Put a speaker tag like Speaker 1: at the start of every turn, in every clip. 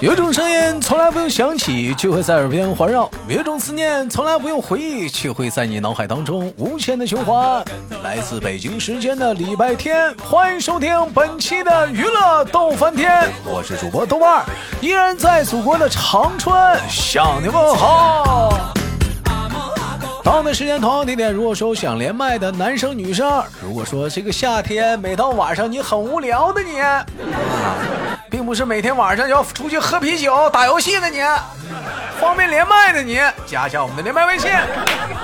Speaker 1: 有种声音从来不用想起，却会在耳边环绕；有种思念从来不用回忆，却会在你脑海当中无限的循环。来自北京时间的礼拜天，欢迎收听本期的娱乐逗翻天，我是主播豆瓣儿，依然在祖国的长春向你问好。同样的时间，同样地点。如果说想连麦的男生女生，如果说这个夏天每到晚上你很无聊的你，啊，并不是每天晚上要出去喝啤酒、打游戏的你，方便连麦的你，加一下我们的连麦微信，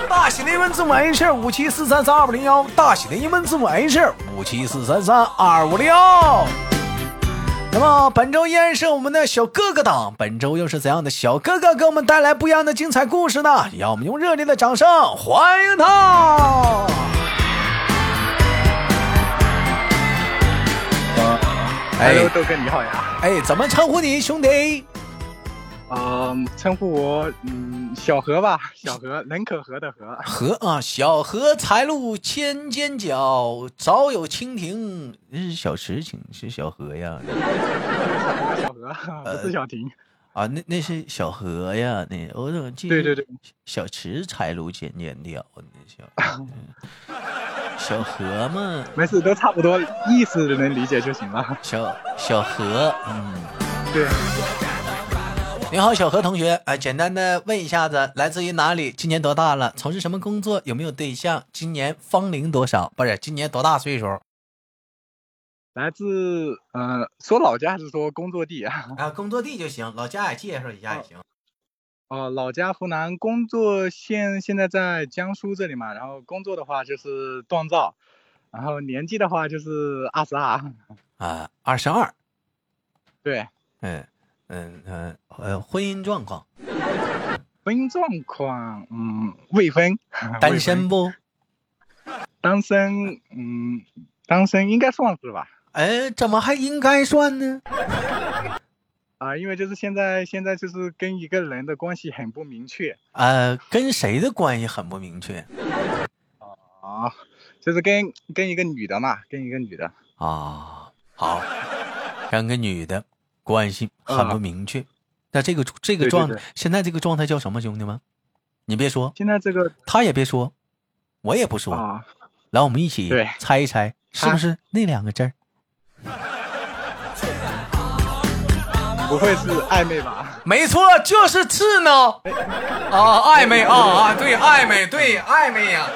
Speaker 1: 大写的英文字母 H 五七四三三二五零幺，大写的英文字母 H 五七四三三二五零幺。那么本周依然是我们的小哥哥党，本周又是怎样的小哥哥给我们带来不一样的精彩故事呢？让我们用热烈的掌声欢迎他！哎
Speaker 2: Hello，豆哥你好呀。
Speaker 1: 哎，怎么称呼你兄弟？
Speaker 2: 嗯，称呼我嗯小何吧，小 何人可和的和。
Speaker 1: 何啊，小荷才露尖尖角，早有蜻蜓。是小池请是小荷呀？
Speaker 2: 小何不是小婷。
Speaker 1: 啊，那那是小荷呀，那我怎么记得？
Speaker 2: 对对对，
Speaker 1: 小池才露尖尖角，那 小嗯小荷嘛，
Speaker 2: 没事，都差不多，意思能理解就行了。
Speaker 1: 小小何，嗯，
Speaker 2: 对，
Speaker 1: 你好，小何同学，哎、简单的问一下子，来自于哪里？今年多大了？从事什么工作？有没有对象？今年芳龄多少？不是，今年多大岁数？
Speaker 2: 来自呃，说老家还是说工作地啊？
Speaker 1: 啊，工作地就行，老家也介绍一下也行。
Speaker 2: 哦，老家湖南，工作现现在在江苏这里嘛。然后工作的话就是锻造，然后年纪的话就是二十二。
Speaker 1: 啊，二十二，
Speaker 2: 对，
Speaker 1: 嗯嗯嗯，呃，婚姻状况，
Speaker 2: 婚姻状况，嗯，未婚， 未
Speaker 1: 单
Speaker 2: 婚
Speaker 1: 身不？
Speaker 2: 单身，嗯，单身应该算是吧，
Speaker 1: 哎，怎么还应该算呢？
Speaker 2: 啊、因为就是现在，现在就是跟一个人的关系很不明确
Speaker 1: 呃，跟谁的关系很不明确
Speaker 2: 啊，就是跟跟一个女的嘛，跟一个女的，
Speaker 1: 啊。好，两个女的关系很不明确。那这个这个
Speaker 2: 啊对对
Speaker 1: 状
Speaker 2: 对
Speaker 1: 现在这个状态叫什么，兄弟们？你别说，
Speaker 2: 现在这个
Speaker 1: 他也别说，我也不说。
Speaker 2: 啊，
Speaker 1: 来，我们一起
Speaker 2: 对
Speaker 1: 猜一猜，是不
Speaker 2: 他
Speaker 1: 是那两个字儿？
Speaker 2: 啊不会是暧昧吧？
Speaker 1: 没错，就是智呢。啊，暧昧啊啊，对，暧昧，对，暧昧呀、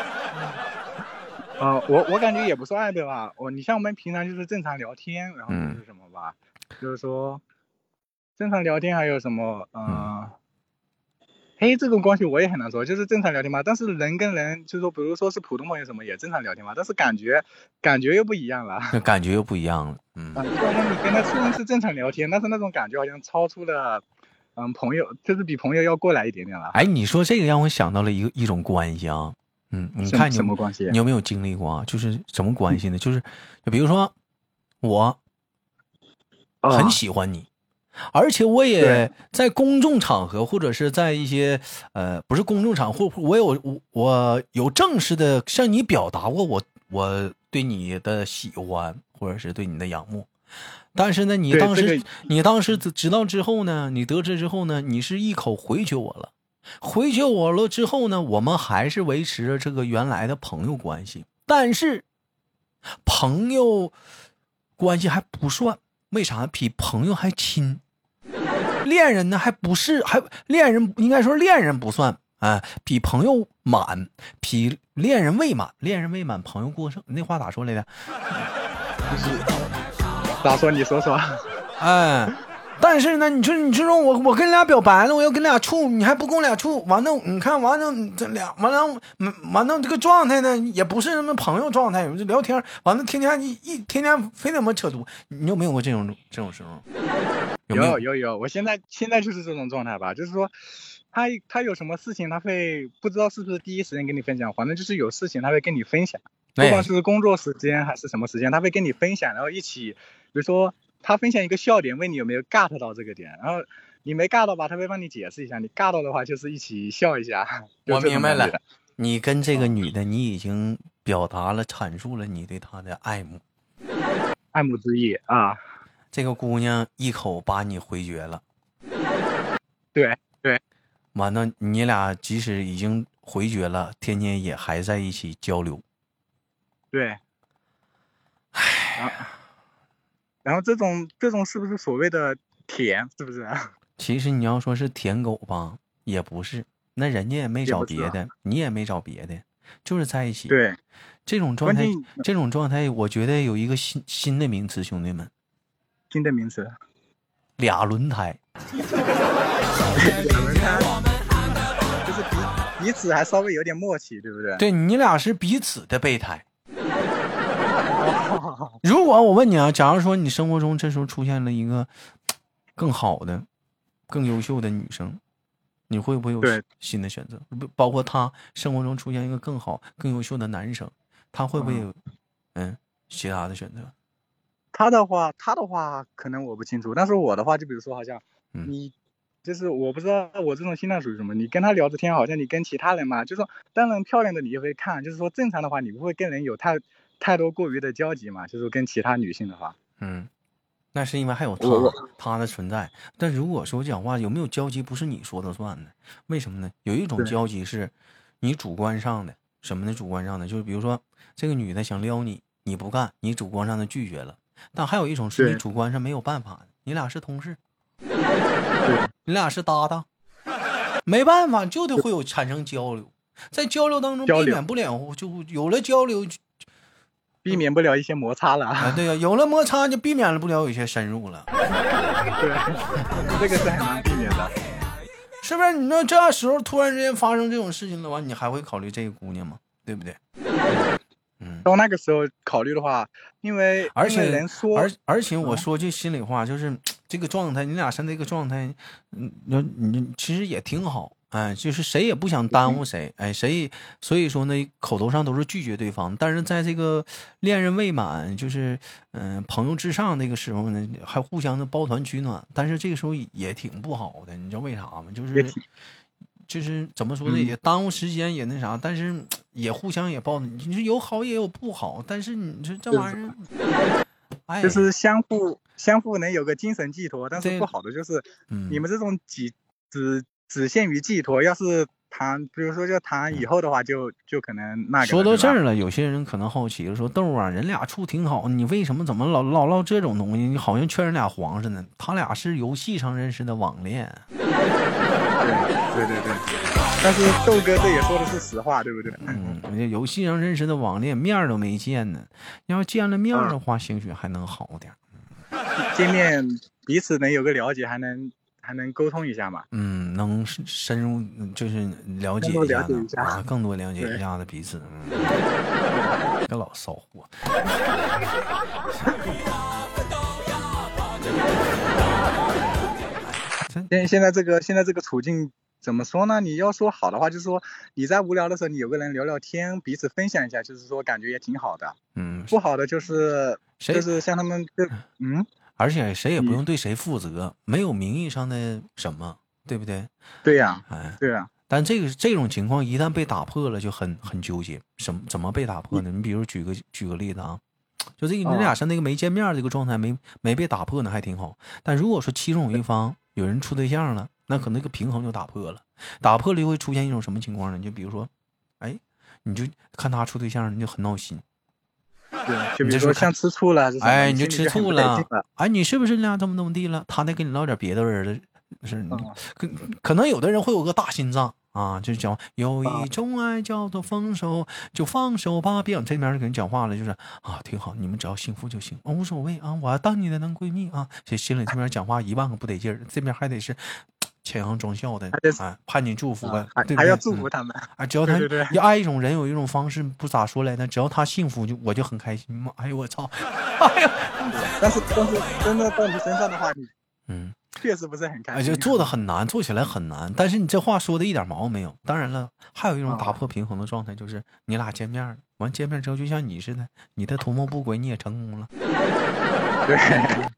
Speaker 2: 啊，我我感觉也不算暧昧吧，我你像我们平常就是正常聊天，然后
Speaker 1: 嗯
Speaker 2: 就是什么吧，就是说正常聊天还有什么，嗯。嘿，这种关系我也很难说，就是正常聊天嘛。但是人跟人，就是说，比如说是普通朋友什么，也正常聊天嘛。但是感觉，感觉又不一样了。
Speaker 1: 那感觉又不一样了。嗯
Speaker 2: 啊，就好像你跟他虽然是正常聊天，但是那种感觉好像超出了，嗯，朋友就是比朋友要过来一点点了。
Speaker 1: 哎，你说这个让我想到了一个一种关系啊，嗯，你
Speaker 2: 什
Speaker 1: 看你
Speaker 2: 什么关系
Speaker 1: 你有没有经历过啊？就是什么关系 呢？就是就比如说
Speaker 2: 啊
Speaker 1: 我
Speaker 2: 哦
Speaker 1: 很喜欢你，而且我也
Speaker 2: 对
Speaker 1: 在公众场合或者是在一些呃不是公众场合，我有我我有正式的向你表达过我我对你的喜欢或者是对你的仰慕。但是呢，你
Speaker 2: 对
Speaker 1: 当
Speaker 2: 这
Speaker 1: 时
Speaker 2: 个
Speaker 1: 你当时知知道之后呢，你得知之后呢，你是一口回绝我了。回绝我了之后呢，我们还是维持着这个原来的朋友关系，但是朋友关系还不算，为啥？比朋友还亲。恋人呢，还不是还恋人，应该说恋人不算啊，比朋友满，比恋人未满，恋人未满，朋友过剩，那话咋说来着？
Speaker 2: 咋说？你说说。
Speaker 1: 哎，但是呢，你说你这种我我跟你俩表白了，我要跟俩处，你还不跟我俩处，完了你看完了你这俩完了嗯完了这个状态呢，也不是什么朋友状态，就聊天，完了天天一一天天非得么扯犊，你有没有过这种这种时候？有没
Speaker 2: 有有有，我现在现在就是这种状态吧，就是说，他他有什么事情，他会不知道是不是第一时间跟你分享，反正就是有事情他会跟你分享，不
Speaker 1: 哎
Speaker 2: 管是工作时间还是什么时间，他会跟你分享，然后一起，比如说他分享一个笑点，问你有没有 get 到这个点，然后你没 get 到吧，他会帮你解释一下，你 get 到的话就是一起笑一下。就
Speaker 1: 我
Speaker 2: 这种
Speaker 1: 明白
Speaker 2: 感觉
Speaker 1: 了，你跟这个女的，你已经表达了、阐述了你对她的爱慕。
Speaker 2: 爱慕之意啊，
Speaker 1: 这个姑娘一口把你回绝了，
Speaker 2: 对对，
Speaker 1: 妈，那你俩即使已经回绝了，天天也还在一起交流。
Speaker 2: 对，唉，然后这种这种是不是所谓的舔？是不是？啊
Speaker 1: 其实你要说是舔狗吧，也不是，那人家也没找别的，你也没找别的，就是在一起。
Speaker 2: 啊对，
Speaker 1: 这种状态
Speaker 2: 关键，
Speaker 1: 这种状态，我觉得有一个新新的名词，兄弟们，
Speaker 2: 新的名词，
Speaker 1: 俩轮胎。
Speaker 2: 两个人他就是彼彼此还稍微有点默契，对不对？
Speaker 1: 对你俩是彼此的备胎。如果我问你啊，假如说你生活中这时候出现了一个更好的、更优秀的女生，你会不会有
Speaker 2: 对
Speaker 1: 新的选择？不包括她生活中出现一个更好、更优秀的男生，他会不会有嗯其他的选择？
Speaker 2: 他的话，他的话可能我不清楚，但是我的话，就比如说，好像
Speaker 1: 嗯
Speaker 2: 你、就是我不知道我这种心态属于什么。你跟他聊着天，好像你跟其他人嘛，就是说，当然漂亮的你也会看，就是说正常的话，你不会跟人有太太多过于的交集嘛，就是跟其他女性的话，
Speaker 1: 嗯，那是因为还有他
Speaker 2: 我
Speaker 1: 他的存在。但如果说讲话有没有交集，不是你说的算的。为什么呢？有一种
Speaker 2: 对
Speaker 1: 交集是你主观上的，什么呢？主观上的就是比如说这个女的想撩你，你不干，你主观上的拒绝了。但还有一种是你
Speaker 2: 对
Speaker 1: 主观上没有办法的，你俩是同事， 你俩是搭档，没办法，就得会有产生交流。在交流当中，
Speaker 2: 交
Speaker 1: 避
Speaker 2: 流
Speaker 1: 免不了就有了交流，
Speaker 2: 避免不了一些摩擦了。
Speaker 1: 啊，对呀、有了摩擦就避免不了有一些深入了。
Speaker 2: 对， 这个是很难避免的。
Speaker 1: 是不是？你说这时候突然之间发生这种事情了，完你还会考虑这个姑娘吗？对不对？嗯，
Speaker 2: 到那个时候考虑的话，因为
Speaker 1: 而
Speaker 2: 因为
Speaker 1: 且
Speaker 2: 人说，
Speaker 1: 而而且
Speaker 2: 嗯
Speaker 1: 我说句心里话，就是这个状态，你俩现在这个状态，嗯，你说你其实也挺好，哎，就是谁也不想耽误谁，哎，谁也所以说呢，口头上都是拒绝对方，但是在这个恋人未满，就是嗯、朋友至上那个时候呢，还互相的抱团取暖，但是这个时候也挺不好的，你知道为啥吗？就是
Speaker 2: 也挺
Speaker 1: 就是怎么说呢，
Speaker 2: 嗯
Speaker 1: 也耽误时间，也那啥，但是也互相也抱，你说有好也有不好，但是你说这
Speaker 2: 对
Speaker 1: 玩意儿，哎，
Speaker 2: 就是相互相互能有个精神寄托，但
Speaker 1: 对
Speaker 2: 是不好的就是
Speaker 1: 嗯
Speaker 2: 你们这种只只只限于寄托，要是谈，比如说就谈以后的话就，就可能那个了
Speaker 1: 嗯说到
Speaker 2: 对
Speaker 1: 这
Speaker 2: 吧
Speaker 1: 儿了，有些人可能好奇了，说豆啊，人俩处挺好，你为什么怎么老老唠这种东西？你好像劝人俩黄似的。他俩是游戏上认识的网恋，
Speaker 2: 对对对，但是豆哥这也说的是实话，对不对？
Speaker 1: 嗯，我这游戏上认识的网恋，面儿都没见呢。要见了面儿
Speaker 2: 嗯
Speaker 1: 的话，兴许还能好点儿。
Speaker 2: 见面彼此能有个了解，还能还能沟通一下嘛。
Speaker 1: 嗯，能深深入嗯就是了解
Speaker 2: 更多
Speaker 1: 一下
Speaker 2: 了解
Speaker 1: 子
Speaker 2: 一下
Speaker 1: 啊，更多了解一
Speaker 2: 对
Speaker 1: 下子彼此。 嗯，别老骚货。真
Speaker 2: 现现在这个现在这个处境怎么说呢？你要说好的话，就是说你在无聊的时候，你有个人聊聊天，彼此分享一下，就是说感觉也挺好的。
Speaker 1: 嗯，
Speaker 2: 不好的就是
Speaker 1: 谁
Speaker 2: 就是像他们就嗯，
Speaker 1: 而且谁也不
Speaker 2: 嗯
Speaker 1: 用对谁负责，没有名义上的什么，对不对？
Speaker 2: 对呀、
Speaker 1: 哎，
Speaker 2: 对呀、
Speaker 1: 但这个这种情况一旦被打破了，就很很纠结。什么怎么被打破呢？你比如举个举个例子啊，就这个你
Speaker 2: 啊
Speaker 1: 俩像那个没见面儿这个状态没没被打破呢，还挺好。但如果说其中有一方有人处对象了，那可能这个平衡就打破了。打破了就会出现一种什么情况呢？你就比如说，哎，你就看他处对象，你就很闹心。
Speaker 2: 对，就
Speaker 1: 你这
Speaker 2: 比如
Speaker 1: 时候
Speaker 2: 说
Speaker 1: 看
Speaker 2: 像吃醋了，是什么
Speaker 1: 哎，你
Speaker 2: 你
Speaker 1: 就
Speaker 2: 心里
Speaker 1: 吃
Speaker 2: 很
Speaker 1: 醋
Speaker 2: 不得
Speaker 1: 了
Speaker 2: 劲了，
Speaker 1: 哎，你是不是那怎么怎么地了？他再跟你唠点别的人的事儿，
Speaker 2: 嗯
Speaker 1: 可可能有的人会有个大心脏啊，就讲有
Speaker 2: 啊
Speaker 1: 一种爱叫做放手，就放手吧，别往这边儿跟人讲话了，就是啊，挺好，你们只要幸福就行，啊无所谓啊，我要当你的男闺蜜啊。这心里这边讲话一万个不得劲儿，这边还得是牵羊装孝的
Speaker 2: 还得，
Speaker 1: 哎，盼你祝福啊，
Speaker 2: 还
Speaker 1: 对不
Speaker 2: 还
Speaker 1: 对
Speaker 2: 要祝
Speaker 1: 嗯
Speaker 2: 福他们。
Speaker 1: 啊，只要他
Speaker 2: 对对对
Speaker 1: 要爱一种人，有一种方式不咋说来呢，只要他幸福就我就很开心嘛。哎呦我操，哎呀，
Speaker 2: 但是但是真的到你身上的话，你
Speaker 1: 嗯，
Speaker 2: 确实不是很开
Speaker 1: 哎，
Speaker 2: 心。啊
Speaker 1: 就做的很难，做起来很难。但是你这话说的一点毛病没有。当然了，还有一种打
Speaker 2: 啊
Speaker 1: 破平衡的状态，就是你俩见面了，完见面之后就像你似的，你的图谋不轨你也成功了，
Speaker 2: 对，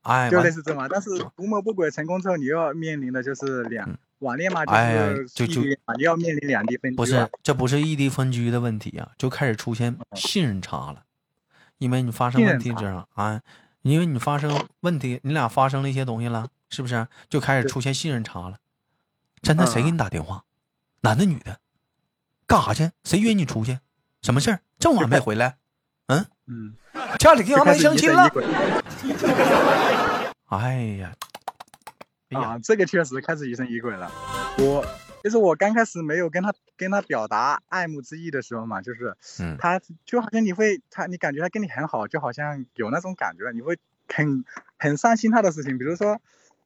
Speaker 1: 哎，
Speaker 2: 就类
Speaker 1: 完
Speaker 2: 似这嘛。但是图谋不轨成功之后，你又要面临的就是两网恋嘛，
Speaker 1: 嗯哎
Speaker 2: 是
Speaker 1: 就
Speaker 2: 异
Speaker 1: 就
Speaker 2: 地嘛，你要面临两地分居。
Speaker 1: 不是，这不是异地分居的问题啊，就开始出现信任差了，因为你发生
Speaker 2: 嗯信
Speaker 1: 问
Speaker 2: 任
Speaker 1: 题
Speaker 2: 差
Speaker 1: 之后啊，因为你啊发生问题，你俩发生了一些东西了，是不是？就开始
Speaker 2: 对嗯
Speaker 1: 出现信任差了。真的谁给你打电话？男的女的？干啥去？谁约你出去？什么事儿？这么晚没回来？嗯，
Speaker 2: 嗯，
Speaker 3: 家里给
Speaker 2: 就
Speaker 3: 安
Speaker 2: 开
Speaker 3: 排
Speaker 2: 始
Speaker 3: 相
Speaker 2: 疑
Speaker 3: 亲
Speaker 2: 神疑
Speaker 3: 了。
Speaker 2: 鬼
Speaker 1: 哎呀，哎呀
Speaker 2: 啊，这个确实开始疑神疑鬼了。我就是我刚开始没有跟他跟他表达爱慕之意的时候嘛，就是
Speaker 1: 嗯
Speaker 2: 他就好像你会他你感觉他跟你很好，就好像有那种感觉，你会很很伤心他的事情，比如说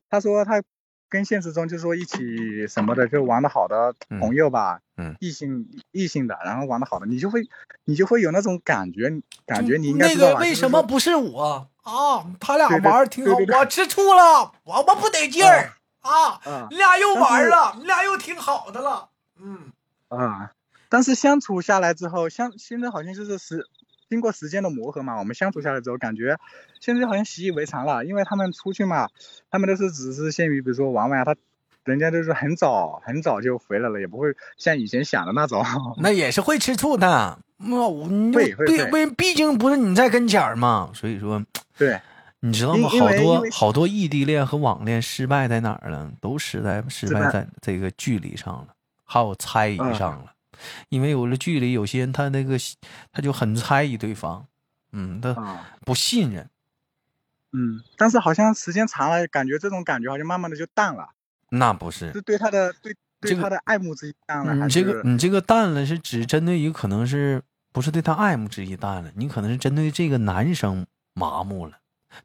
Speaker 2: 他说他跟现实中就说一起什么的，就玩的好的
Speaker 1: 嗯
Speaker 2: 朋友吧，
Speaker 1: 嗯
Speaker 2: 异性异性的，然后玩的好的，你就会你就会有那种感觉，感觉你应该
Speaker 3: 那
Speaker 2: 知道
Speaker 3: 个
Speaker 2: 吧
Speaker 3: 为
Speaker 2: 就是
Speaker 3: 什么
Speaker 2: 说
Speaker 3: 不是我啊？他俩
Speaker 2: 对
Speaker 3: 玩
Speaker 2: 对
Speaker 3: 儿挺好，
Speaker 2: 对对对
Speaker 3: 我吃醋了，我我不得劲儿啊！
Speaker 2: 啊
Speaker 3: 你俩又
Speaker 2: 但是
Speaker 3: 玩儿了，你俩又挺好的了，嗯，
Speaker 2: 啊，但是相处下来之后，相现在好像就是时经过时间的磨合嘛，我们相处下来之后，感觉现在好像习以为常了，因为他们出去嘛，他们都是只是限于比如说玩玩啊，他人家都是很早很早就回来了，也不会像以前想的那种。
Speaker 1: 那也是会吃醋的。那我你就
Speaker 2: 会会
Speaker 1: 对，
Speaker 2: 会
Speaker 1: 为毕竟不是你在跟前儿嘛，所以说
Speaker 2: 对，
Speaker 1: 你知道
Speaker 2: 因
Speaker 1: 吗？
Speaker 2: 因
Speaker 1: 好
Speaker 2: 为因
Speaker 1: 多
Speaker 2: 为
Speaker 1: 好多异地恋和网恋失败在哪儿呢？都失在失
Speaker 2: 失
Speaker 1: 败
Speaker 2: 败
Speaker 1: 在这个距离上了，还有猜疑
Speaker 2: 嗯
Speaker 1: 上了。因为有了距离，有些人他那个他就很猜疑对方，嗯，他
Speaker 2: 啊，
Speaker 1: 不信任。
Speaker 2: 嗯，但是好像时间长了，感觉这种感觉好像慢慢的就淡了，
Speaker 1: 那不是
Speaker 2: 就对他的对对
Speaker 1: 这个
Speaker 2: 他的爱慕之意淡了，
Speaker 1: 嗯你
Speaker 2: 还
Speaker 1: 这
Speaker 2: 是
Speaker 1: 个你这个淡了，是指针对于可能是不是对他爱慕之意淡了？你可能是针对这个男生麻木了。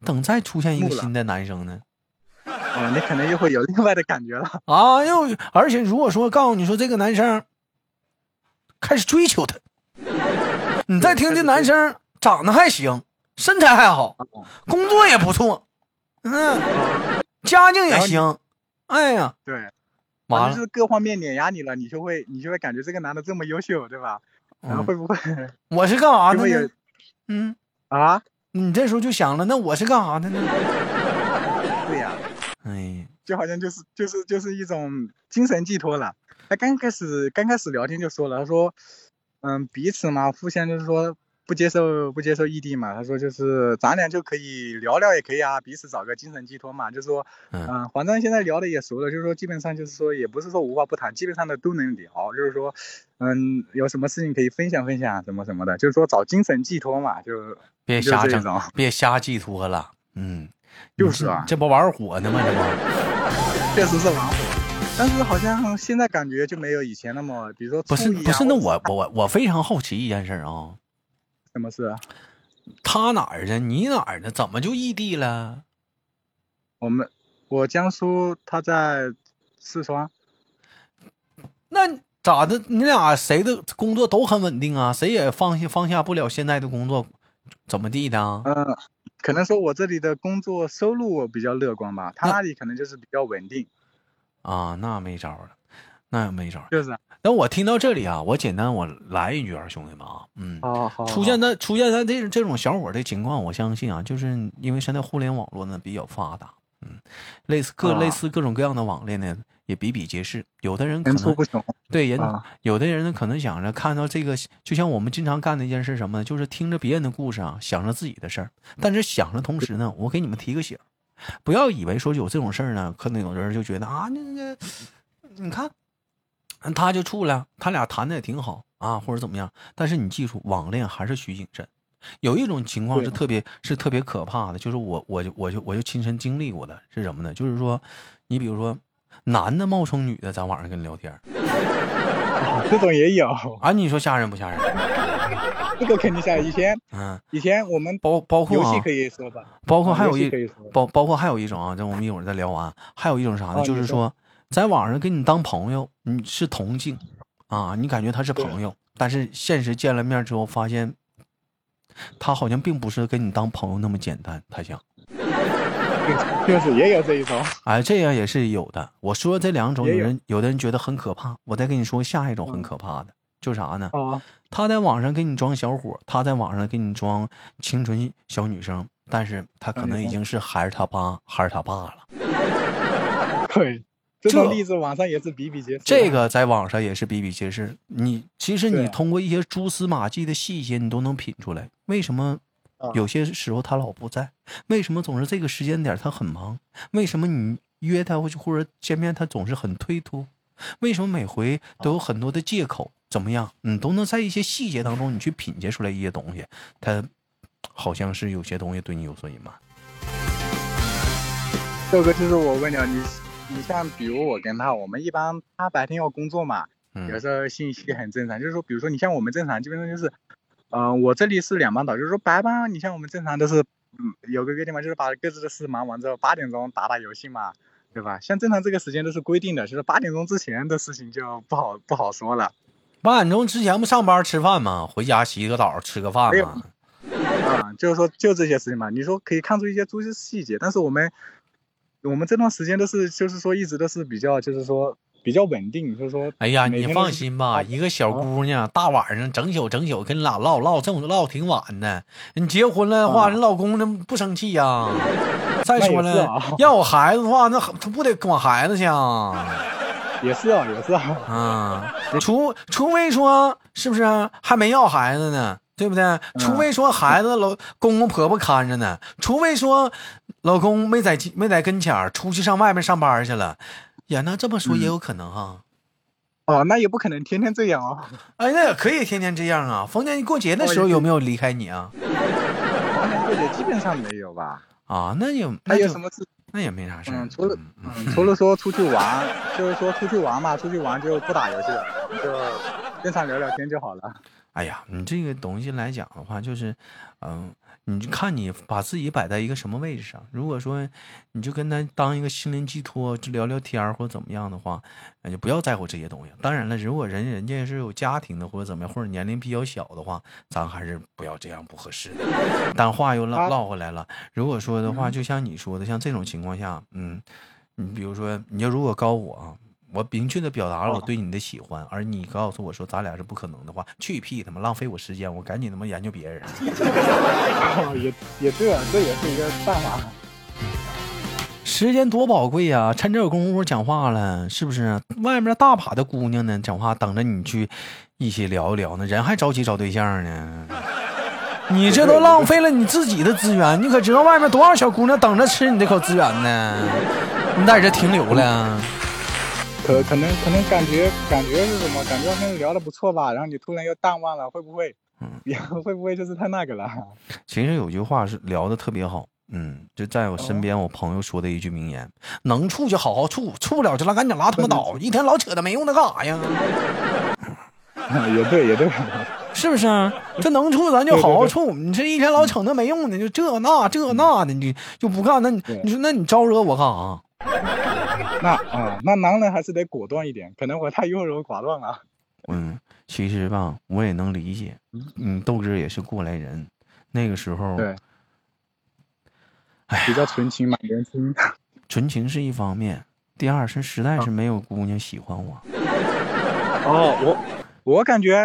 Speaker 1: 等再出现一个
Speaker 2: 木了
Speaker 1: 新的男生呢？
Speaker 2: 啊，你可能又会有另外的感觉了。
Speaker 1: 啊，又而且如果说告诉你说这个男生开始追求她，你再听这男生长得还行，身材还好，
Speaker 2: 哦
Speaker 1: 工作也不错，嗯，家境也行，哎呀，
Speaker 2: 对，
Speaker 1: 完
Speaker 2: 反
Speaker 1: 了
Speaker 2: 正就是各方面碾压你了，你就会你就会感觉这个男的这么优秀，对吧？然后
Speaker 1: 嗯
Speaker 2: 会不会
Speaker 1: 我是干啥
Speaker 2: 就
Speaker 1: 的
Speaker 2: 会有
Speaker 1: 呢？嗯，
Speaker 2: 啊？
Speaker 1: 你这时候就想了，那我是干啥的呢？
Speaker 2: 对呀、
Speaker 1: 哎，
Speaker 2: 就好像就是就是就是一种精神寄托了。他刚开始刚开始聊天就说了，他说，嗯，彼此嘛，互相就是说不接受不接受异地嘛。他说就是咱俩就可以聊聊也可以啊，彼此找个精神寄托嘛。就说，
Speaker 1: 嗯
Speaker 2: 嗯、反正现在聊的也熟了，就是说基本上就是说也不是说无话不谈，基本上的都能聊。就是说，嗯，有什么事情可以分享分享什么什么的，就是说找精神寄托嘛，就
Speaker 1: 别
Speaker 2: 就
Speaker 1: 哎瞎
Speaker 2: 这
Speaker 1: 整
Speaker 2: 种，
Speaker 1: 别瞎寄托了，嗯，
Speaker 2: 就是啊哎
Speaker 1: 你这这不玩火呢吗？这不。
Speaker 2: 确实是玩火。但是好像现在感觉就没有以前那么，比如说
Speaker 1: 不是
Speaker 2: 醋意啊
Speaker 1: 不是，那
Speaker 2: 或者
Speaker 1: 我我我非常好奇一件事儿啊，
Speaker 2: 什么事？啊
Speaker 1: 他哪儿的？你哪儿的？怎么就异地了？
Speaker 2: 我们我江苏，他在四川，
Speaker 1: 那咋的？你俩谁的工作都很稳定啊，谁也放下放下不了现在的工作，怎么地的啊？
Speaker 2: 嗯、可能说我这里的工作收入比较乐观吧，他
Speaker 1: 那
Speaker 2: 那里可能就是比较稳定，
Speaker 1: 啊，那没招儿了，那没招儿。
Speaker 2: 就是啊
Speaker 1: 那我听到这里啊，我简单我来一句啊，兄弟们啊，嗯，
Speaker 2: 好好
Speaker 1: 出现在出现在这这种小伙的情况，我相信啊，就是因为现在互联网络呢比较发达，嗯，类似各、
Speaker 2: 啊
Speaker 1: 类似各种各样的网恋呢也比比皆是，有的人可
Speaker 2: 层
Speaker 1: 能
Speaker 2: 出不穷
Speaker 1: 对人，
Speaker 2: 啊
Speaker 1: 有的人呢可能想着看到这个，就像我们经常干的一件事什么呢？就是听着别人的故事啊，想着自己的事儿。但是想着同时呢，我给你们提个醒儿，不要以为说有这种事儿呢，可能有人就觉得啊，那个你看，他就处了，他俩谈的也挺好啊，或者怎么样。但是你记住，网恋还是需谨慎。有一种情况是
Speaker 2: 对
Speaker 1: 特别是特别可怕的，就是我我就我就我就亲身经历过的是什么呢？就是说，你比如说男的冒充女的在网上跟你聊天儿，
Speaker 2: 啊，这种也有，
Speaker 1: 啊，你说吓人不吓人？
Speaker 2: 这个肯定啊像以前
Speaker 1: 嗯，
Speaker 2: 以前我们
Speaker 1: 包包括
Speaker 2: 游戏
Speaker 1: 啊
Speaker 2: 可，以说吧，
Speaker 1: 包括还有
Speaker 2: 游戏
Speaker 1: 一
Speaker 2: 可以说
Speaker 1: 包包括还有一种啊，这我们一会儿再聊完。还有一种啥呢？
Speaker 2: 哦
Speaker 1: 就是
Speaker 2: 你
Speaker 1: 说，在网上跟你当朋友，你是同性啊，你感觉他是朋友，但是现实见了面之后，发现他好像并不是跟你当朋友那么简单。他想，
Speaker 2: 就是也有这一种，
Speaker 1: 哎，这样也是有的。我说这两种，有
Speaker 2: 也有
Speaker 1: 人有的人觉得很可怕，我再跟你说下一种很
Speaker 2: 嗯
Speaker 1: 可怕的，就是啥呢？
Speaker 2: 啊
Speaker 1: 他在网上给你装小伙，他在网上给你装清纯小女生，但是他可能已经是孩儿他爸，孩儿他爸了。
Speaker 2: 对，这种
Speaker 1: 这
Speaker 2: 例子网上也是比比皆是。啊
Speaker 1: 这个在网上也是比比皆是。你其实你
Speaker 2: 对啊
Speaker 1: 通过一些蛛丝马迹的细节，你都能品出来，为什么
Speaker 2: 啊
Speaker 1: 有些时候他老不在？为什么总是这个时间点他很忙？为什么你约他或者或者见面他总是很推脱？为什么每回都有很多的借口？怎么样？你都能在一些细节当中，你去品结出来一些东西，它好像是有些东西对你有所隐瞒。
Speaker 2: 这个就是我问了你，你像比如我跟他，我们一般他白天要工作嘛，有
Speaker 1: 嗯
Speaker 2: 时候信息很正常，就是说，比如说你像我们正常，基本上就是，呃，我这里是两班倒，就是说白班，你像我们正常都是，嗯，有个规定嘛，就是把各自的事忙完之后，八点钟打打游戏嘛，对吧？像正常这个时间都是规定的，就是八点钟之前的事情就不好不好说了。
Speaker 1: 八点钟之前不上班吃饭吗？回家洗个澡，吃个饭
Speaker 2: 没有
Speaker 1: 吗？
Speaker 2: 啊，就是说就这些事情嘛。你说可以看出一些蛛丝细节，但是我们我们这段时间都是就是说一直都是比较就是说比较稳定，就是说
Speaker 1: 哎呀，
Speaker 2: 每
Speaker 1: 你
Speaker 2: 天都
Speaker 1: 放
Speaker 2: 是
Speaker 1: 心吧，一个
Speaker 2: 啊
Speaker 1: 小姑娘大晚上整宿整宿跟你俩唠唠，这种唠挺晚的。你结婚了的话，
Speaker 2: 啊
Speaker 1: 人老公那不生气呀、 再
Speaker 2: 那也
Speaker 1: 说
Speaker 2: 是
Speaker 1: 了，
Speaker 2: 啊
Speaker 1: 要有孩子的话，那他不得管孩子去啊？
Speaker 2: 也是啊也是啊，
Speaker 1: 啊，除除非说是不是啊还没要孩子呢，对不对？
Speaker 2: 嗯
Speaker 1: 除非说孩子老公公婆婆看着呢，除非说老公没在没在跟前儿，出去上外面上班去了。呀，那这么说
Speaker 2: 嗯
Speaker 1: 也有可能哈。
Speaker 2: 哦，那也不可能天天这样 哦。
Speaker 1: 哎，那也可以天天这样啊。逢年过节的时候有没有离开你啊？
Speaker 2: 华南过节基本上没有 吧？
Speaker 1: 啊，那也
Speaker 2: 还
Speaker 1: 那
Speaker 2: 有
Speaker 1: 就
Speaker 2: 什么事？
Speaker 1: 那也没啥事儿
Speaker 2: 嗯，。除了
Speaker 1: 嗯
Speaker 2: 嗯，除了说出去玩， 就是说出去玩嘛，出去玩就不打游戏了，就正常聊聊天就好了。
Speaker 1: 哎呀，你这个东西来讲的话，就是，嗯，你就看你把自己摆在一个什么位置上。如果说你就跟他当一个心灵寄托，就聊聊天儿或者怎么样的话，那就不要在乎这些东西。当然了，如果人人家是有家庭的或者怎么样，或者年龄比较小的话，咱还是不要这样不合适的。但话又唠
Speaker 2: 啊
Speaker 1: 唠回来了，如果说的话，就像你说的，像这种情况下，嗯，你比如说，你要如果高我啊，我明确的表达了我
Speaker 2: 哦
Speaker 1: 对你的喜欢，而你告诉我说咱俩是不可能的话，去屁他妈浪费我时间，我赶紧他妈研究别人。
Speaker 2: 哦，也也对啊，这也是一个办法。
Speaker 1: 时间多宝贵呀、趁这有功夫讲话了，是不是？外面大把的姑娘呢，讲话等着你去一起聊一聊呢，人还着急找对象呢。 你这都浪费了你自己的资源，你可知道外面多少小姑娘等着吃你这口资源呢？你在这停留了。
Speaker 2: 可可能可能感觉感觉是什么？感觉好像聊的不错吧，然后你突然又淡忘了，会不会？
Speaker 1: 嗯
Speaker 2: 也会不会就是太那个了？
Speaker 1: 其实有句话是聊的特别好，嗯，就在我
Speaker 2: 哦
Speaker 1: 身边我朋友说的一句名言：能处就好好处，处不了就拉赶紧拉他妈 倒，一天老扯淡没用的干啥呀？
Speaker 2: 也对，也对。
Speaker 1: 是不是啊？这能处咱就
Speaker 2: 对对
Speaker 1: 好好
Speaker 2: 对嗯
Speaker 1: 处，你这一天老整那没用的，就这那这那的，你就不干，那你
Speaker 2: 对
Speaker 1: 你说那你招惹我干啥？
Speaker 2: 那啊、那男人还是得果断一点，可能我太优柔寡断了。
Speaker 1: 嗯，其实吧，我也能理解，嗯，豆哥也是过来人，那个时候
Speaker 2: 对，比较纯情嘛，年轻。
Speaker 1: 纯情是一方面，第二是实
Speaker 2: 啊
Speaker 1: 在是没有姑娘喜欢我。
Speaker 2: 哦，我我感觉，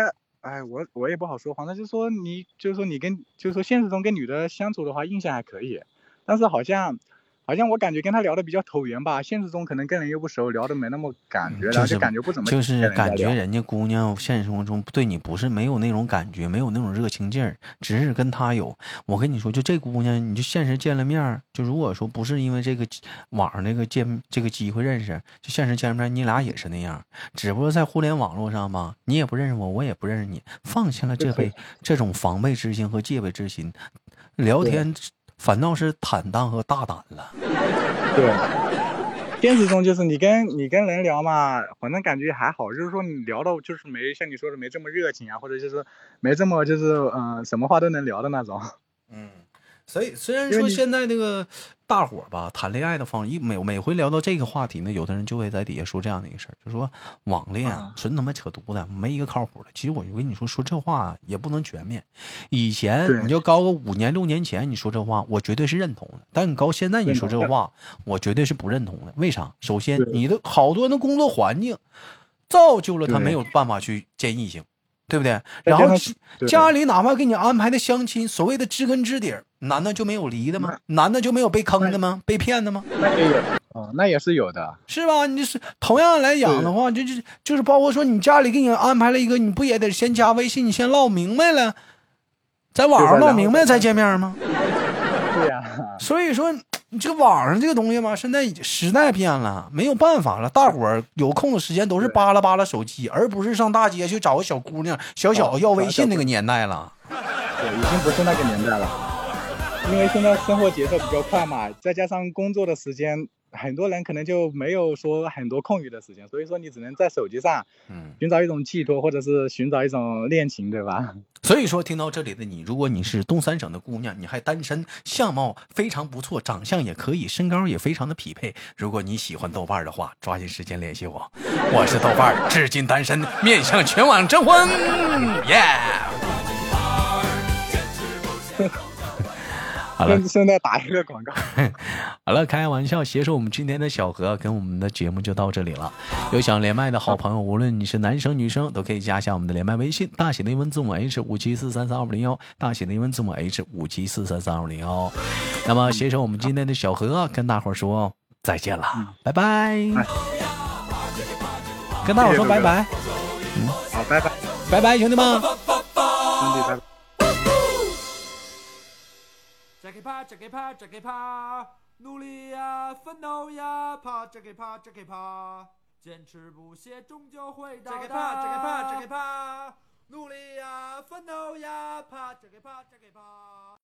Speaker 2: 哎，我我也不好说，反正就说你，就是说你跟，就是说现实中跟女的相处的话，印象还可以，但是好像，好像我感觉跟她聊的比较投缘吧，现实中可能跟人又不熟，聊的没那么感觉，然
Speaker 1: 就
Speaker 2: 后
Speaker 1: 是
Speaker 2: 就感觉不怎么
Speaker 1: 就
Speaker 2: 跟
Speaker 1: 是
Speaker 2: 人家
Speaker 1: 感觉
Speaker 2: 聊
Speaker 1: 人家姑娘现实生活中对你不是没有那种感觉，没有那种热情劲儿，只是跟她有。我跟你说，就这姑娘，你就现实见了面儿，就如果说不是因为这个网上这个见这个机会认识，就现实见面儿，你俩也是那样，只不过在互联网络上吧，你也不认识我，我也不认识你，放下了这辈这种防备之心和戒备之心，聊
Speaker 2: 对
Speaker 1: 天反倒是坦荡和大胆了。
Speaker 2: 对，现实中就是你跟你跟人聊嘛，反正感觉还好，就是说你聊的，就是没像你说的没这么热情啊，或者就是没这么就是嗯、呃什么话都能聊的那种。
Speaker 1: 嗯，所以虽然
Speaker 2: 因为
Speaker 1: 说
Speaker 2: 你
Speaker 1: 现在这个大伙儿吧，谈恋爱的方一每每回聊到这个话题呢，有的人就会在底下说这样的一个事儿，就说网恋啊
Speaker 2: 啊
Speaker 1: 纯他妈扯犊子，没一个靠谱的。其实我就跟你说，说这话也不能全面。以前
Speaker 2: 对
Speaker 1: 你就高个五年六年前你说这话，我绝对是认同的，但你高现在你说这
Speaker 2: 认同
Speaker 1: 话，我绝对是不认同的。为啥？首先，
Speaker 2: 对
Speaker 1: 你的好多人的工作环境造就了他
Speaker 2: 对
Speaker 1: 没有办法去见异性，对不对？
Speaker 2: 再
Speaker 1: 然
Speaker 2: 加
Speaker 1: 后
Speaker 2: 上
Speaker 1: 其
Speaker 2: 对
Speaker 1: 家里哪怕给你安排的相亲，所谓的知根知底儿，男的就没有离的吗？男的就没有被坑的吗？被骗的吗？
Speaker 2: 那也有哦，那也是有的。
Speaker 1: 是吧？你是同样来讲的话，就就就是包括说你家里给你安排了一个，你不也得先加微信，你先唠明白了，在网上
Speaker 2: 对吧
Speaker 1: 唠
Speaker 2: 然
Speaker 1: 嗯
Speaker 2: 后
Speaker 1: 明白再见面吗？
Speaker 2: 对呀、
Speaker 1: 所以说，你这个网上这个东西嘛，现在已经时代变了，没有办法了。大伙儿有空的时间都是扒拉扒拉手机，而不是上大街去找个小姑娘、小小子要微哦信那个年代了。
Speaker 2: 对，已经不是那个年代了。因为现在生活节奏比较快嘛，再加上工作的时间，很多人可能就没有说很多空余的时间，所以说你只能在手机上
Speaker 1: 嗯，
Speaker 2: 寻找一种寄托，或者是寻找一种恋情，对吧？
Speaker 1: 所以说听到这里的你，如果你是东三省的姑娘，你还单身，相貌非常不错，长相也可以，身高也非常的匹配。如果你喜欢豆瓣儿的话，抓紧时间联系我。我是豆瓣儿，至今单身，面向全网征婚，耶、好了
Speaker 2: 现 现在打一个广告。
Speaker 1: 好了，开玩笑，携手我们今天的小何跟我们的节目就到这里了。有想连麦的好朋友，无论你是男生女生，都可以加一下我们的连麦微信，大写的英文字母 H 五七四三三二五零幺，大写的英文字母 H 五七四三三二五零幺。那么携手我们今天的小何啊跟大伙儿说再见了，拜拜。跟大伙儿说拜拜，
Speaker 2: 好，拜拜，
Speaker 1: 拜拜，兄弟们。
Speaker 2: 兄弟，拜拜。
Speaker 4: 这个怕，这个怕，这个怕，努力呀，奋斗呀，怕这个怕，这个怕，坚持不懈，终究会到达。这个怕，这个怕，这个怕，努力呀，奋斗呀，怕这个怕，这个怕。